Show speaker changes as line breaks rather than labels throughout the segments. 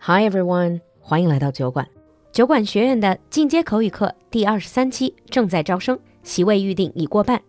Hi everyone，欢迎来到酒馆。酒馆学院的进阶口语课第二十三期正在招生，席位预定已过半。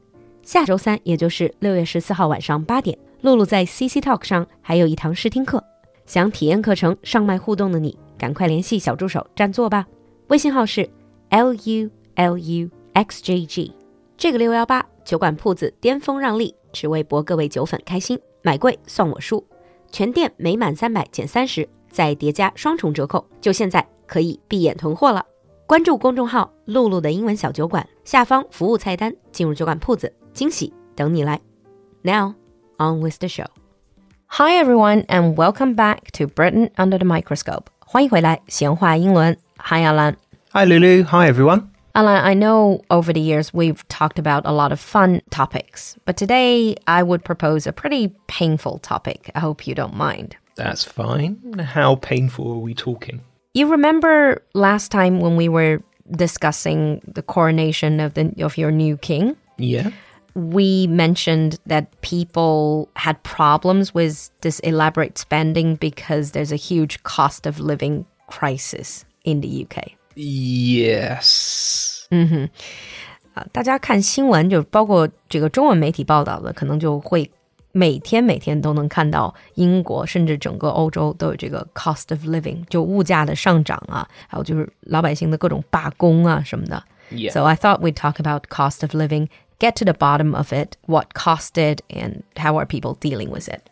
下周三，也就是六月十四号晚上八点，露露在 CC Talk 上还有一堂试听课。想体验课程、上麦互动的你，赶快联系小助手占座吧。微信号是 l u l u x j g。这个六幺八酒馆铺子巅峰让利，只为博各位酒粉开心，买贵送我书。全店每满三百减三十，再叠加双重折扣，就现在可以闭眼囤货了。关注公众号“露露的英文小酒馆”，下方服务菜单进入酒馆铺子，惊喜等你来。Now on with the show. Hi everyone and welcome back to Britain under the microscope. 欢迎回来，闲话英伦。Hi Alan.
Hi, Lulu. Hi, everyone.
Alan, I know over the years we've talked about a lot of fun topics, but today I would propose a pretty painful topic. I hope you don't mind.
That's fine. How painful are we talking?
You remember last time when we were discussing the coronation of the of your new king?
Yeah.
We mentioned that people had problems with this elaborate spending because there's a huge cost of living crisis in the UK.
Yes.
大家看新闻，就包括这个中文媒体报道的，可能就会每天每天都能看到英国甚至整个欧洲都有这个 cost of living，就物价的上涨啊，还有就是老百姓的各种罢工啊什么的。
Yeah.
So I thought we'd talk about cost of living, get to the bottom of it, what caused it, and how are people dealing with it.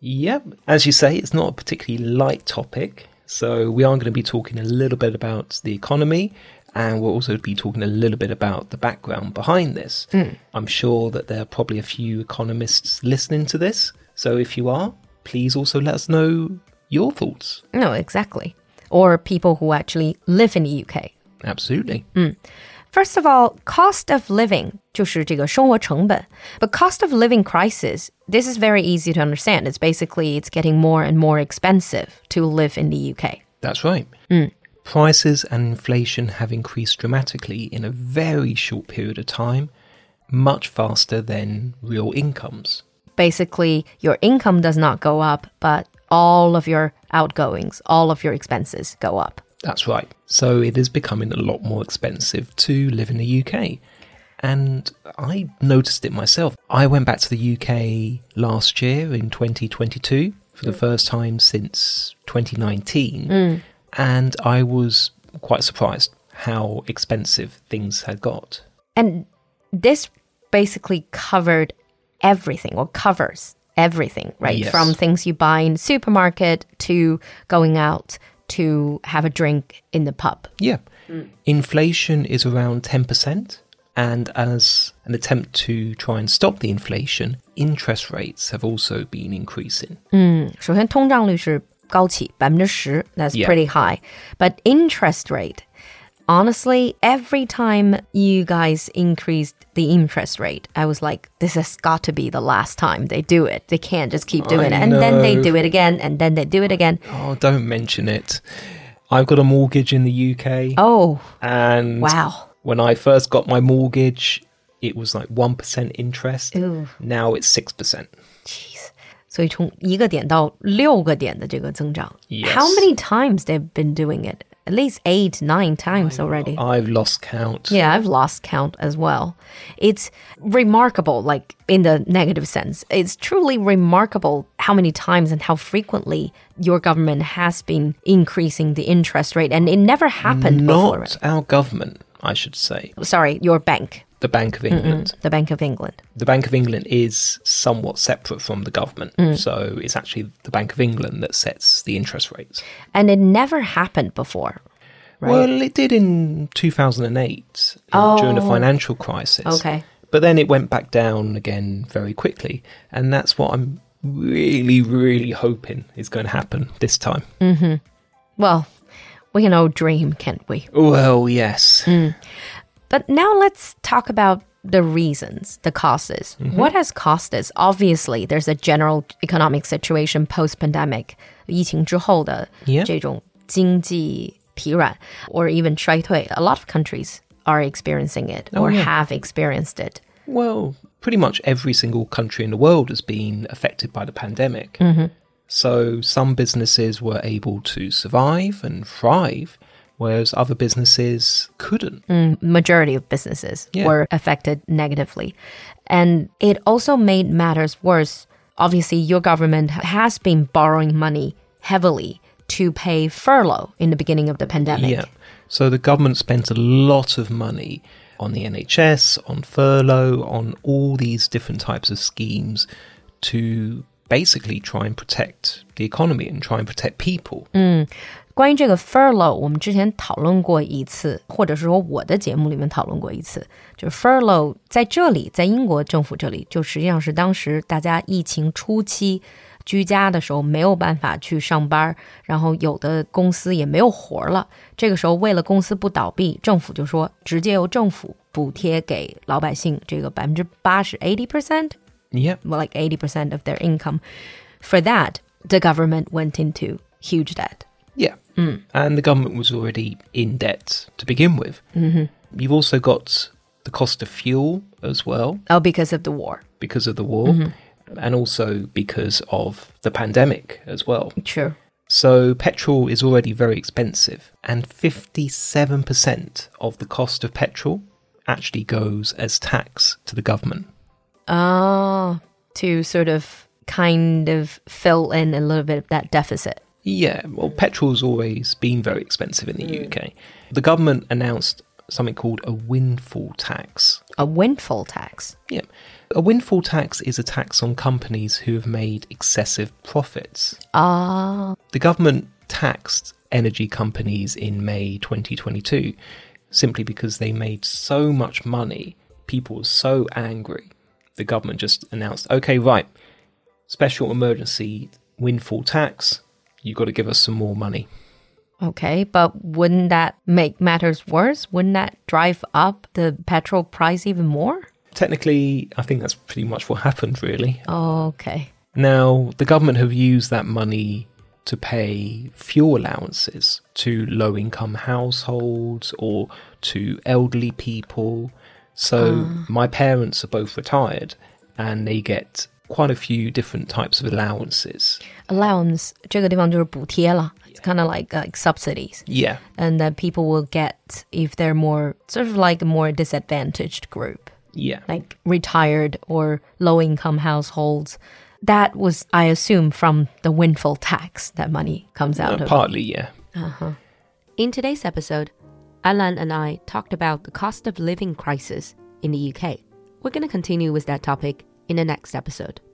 Yep. As you say, it's not a particularly light topic. So we are going to be talking a little bit about the economy and we'll also be talking a little bit about the background behind this. I'm sure that there are probably a few economists listening to this. So if you are, please also let us know your thoughts.
No, exactly. Or people who actually live in the UK.
Absolutely.
First of all, cost of living 就是这个生活成本. But cost of living crisis, this is very easy to understand. It's basically it's getting more and more expensive to live in the UK.
That's right. Prices and inflation have increased dramatically in a very short period of time, much faster than real incomes.
Basically, your income does not go up, but all of your outgoings, all of your expenses go up.
That's right. So it is becoming a lot more expensive to live in the UK. And I noticed it myself. I went back to the UK last year in 2022 for the first time since 2019. And I was quite surprised how expensive things had got.
And this basically covered everything or covers everything, right?
Yes.
From things you buy in the supermarket to going out to have a drink in the pub.
Yeah.
Mm.
Inflation is around 10%. And as an attempt to try and stop the inflation, interest rates have also been increasing.
首先通胀率是高起10%, that's
Yeah.
pretty high. But interest rate, honestly, every time you guys increased the interest rate, I was like, this has got to be the last time they do it. They can't just keep doing it. And then they
know.
do it again, and then they do it again.
Oh, don't mention it. I've got a mortgage in the UK.
Oh,
And
wow.
when I first got my mortgage, it was like 1% interest.
Ooh.
Now it's 6%.
所以从一个点到六个点的这个增长
Yes.
How many times they've been doing it? At least eight, nine times already.
I've lost count.
Yeah, I've lost count as well. It's remarkable, like in the negative sense. It's truly remarkable how many times and how frequently your government has been increasing the interest rate, and it never happened before.
Not
right?
our government, I should say.
Sorry, your bank,
The Bank of England.
the Bank of England.
the Bank of England is somewhat separate from the government.
Mm.
So it's actually the Bank of England that sets the interest rates.
And it never happened before. Right.
Well, it did in 2008 uh, during the financial crisis.
Oh. Okay.
But then it went back down again very quickly. And that's what I'm really, really hoping is going to happen this time.
Mm. Well, we can all dream, can't we?
Well, yes.
But now let's talk about the reasons, the causes.
Mm-hmm.
What has caused this? Obviously, there's a general economic situation post pandemic, 疫情之后的
Yeah.
这种经济疲软 or even 衰退. A lot of countries are experiencing it or
Oh, yeah.
have experienced it.
Well, pretty much every single country in the world has been affected by the pandemic. So some businesses were able to survive and thrive, whereas other businesses couldn't.
majority of businesses
Yeah.
were affected negatively. And it also made matters worse. Obviously, your government has been borrowing money heavily to pay furlough in the beginning of the pandemic.
Yeah. So the government spent a lot of money on the NHS, on furlough, on all these different types of schemes to basically try and protect the economy and try and protect people.
关于这个 furlough，我们之前讨论过一次，或者是说我的节目里面讨论过一次，就是 furlough 在这里，在英国政府这里，就实际上是当时大家疫情初期居家的时候没有办法去上班，然后有的公司也没有活儿了，这个时候为了公司不倒闭，政府就说直接由政府补贴给老百姓这个百分之八十 eighty percent
Yep.
well, like 80% of their income. For that, the government went into huge debt.
Yeah. And the government was already in debt to begin with. Mm-hmm. You've also got the cost of fuel as well
Oh, because of the war.
because of the war and also because of the pandemic as well.
True.
So petrol is already very expensive, and 57% of the cost of petrol actually goes as tax to the government.
Oh, to sort of kind of fill in a little bit of that deficit.
Yeah, well, petrol's always been very expensive in the UK. The government announced something called a windfall tax.
A windfall tax.
Yeah. A windfall tax is a tax on companies who have made excessive profits.
Ah,
The government taxed energy companies in May 2022 simply because they made so much money. People were so angry. The government just announced, okay, right, special emergency windfall tax. You've got to give us some more money.
okay. But wouldn't that make matters worse? Wouldn't that drive up the petrol price even more?
Technically, I think that's pretty much what happened, really.
Okay.
Now, the government have used that money to pay fuel allowances to low income households or to elderly people. So,
Ah.
my parents are both retired and they get quite a few different types of allowances.
Allowance 这个地方就是补贴了. It's kind of like, like subsidies.
Yeah.
and that people will get if they're more sort of like a more disadvantaged group,
Yeah.
like retired or low income households. That was, I assume, from the windfall tax that money comes out
Uh,
of. Uh-huh.
partly, yeah.
In today's episode, Alan and I talked about the cost of living crisis in the UK. We're going to continue with that topic in the next episode.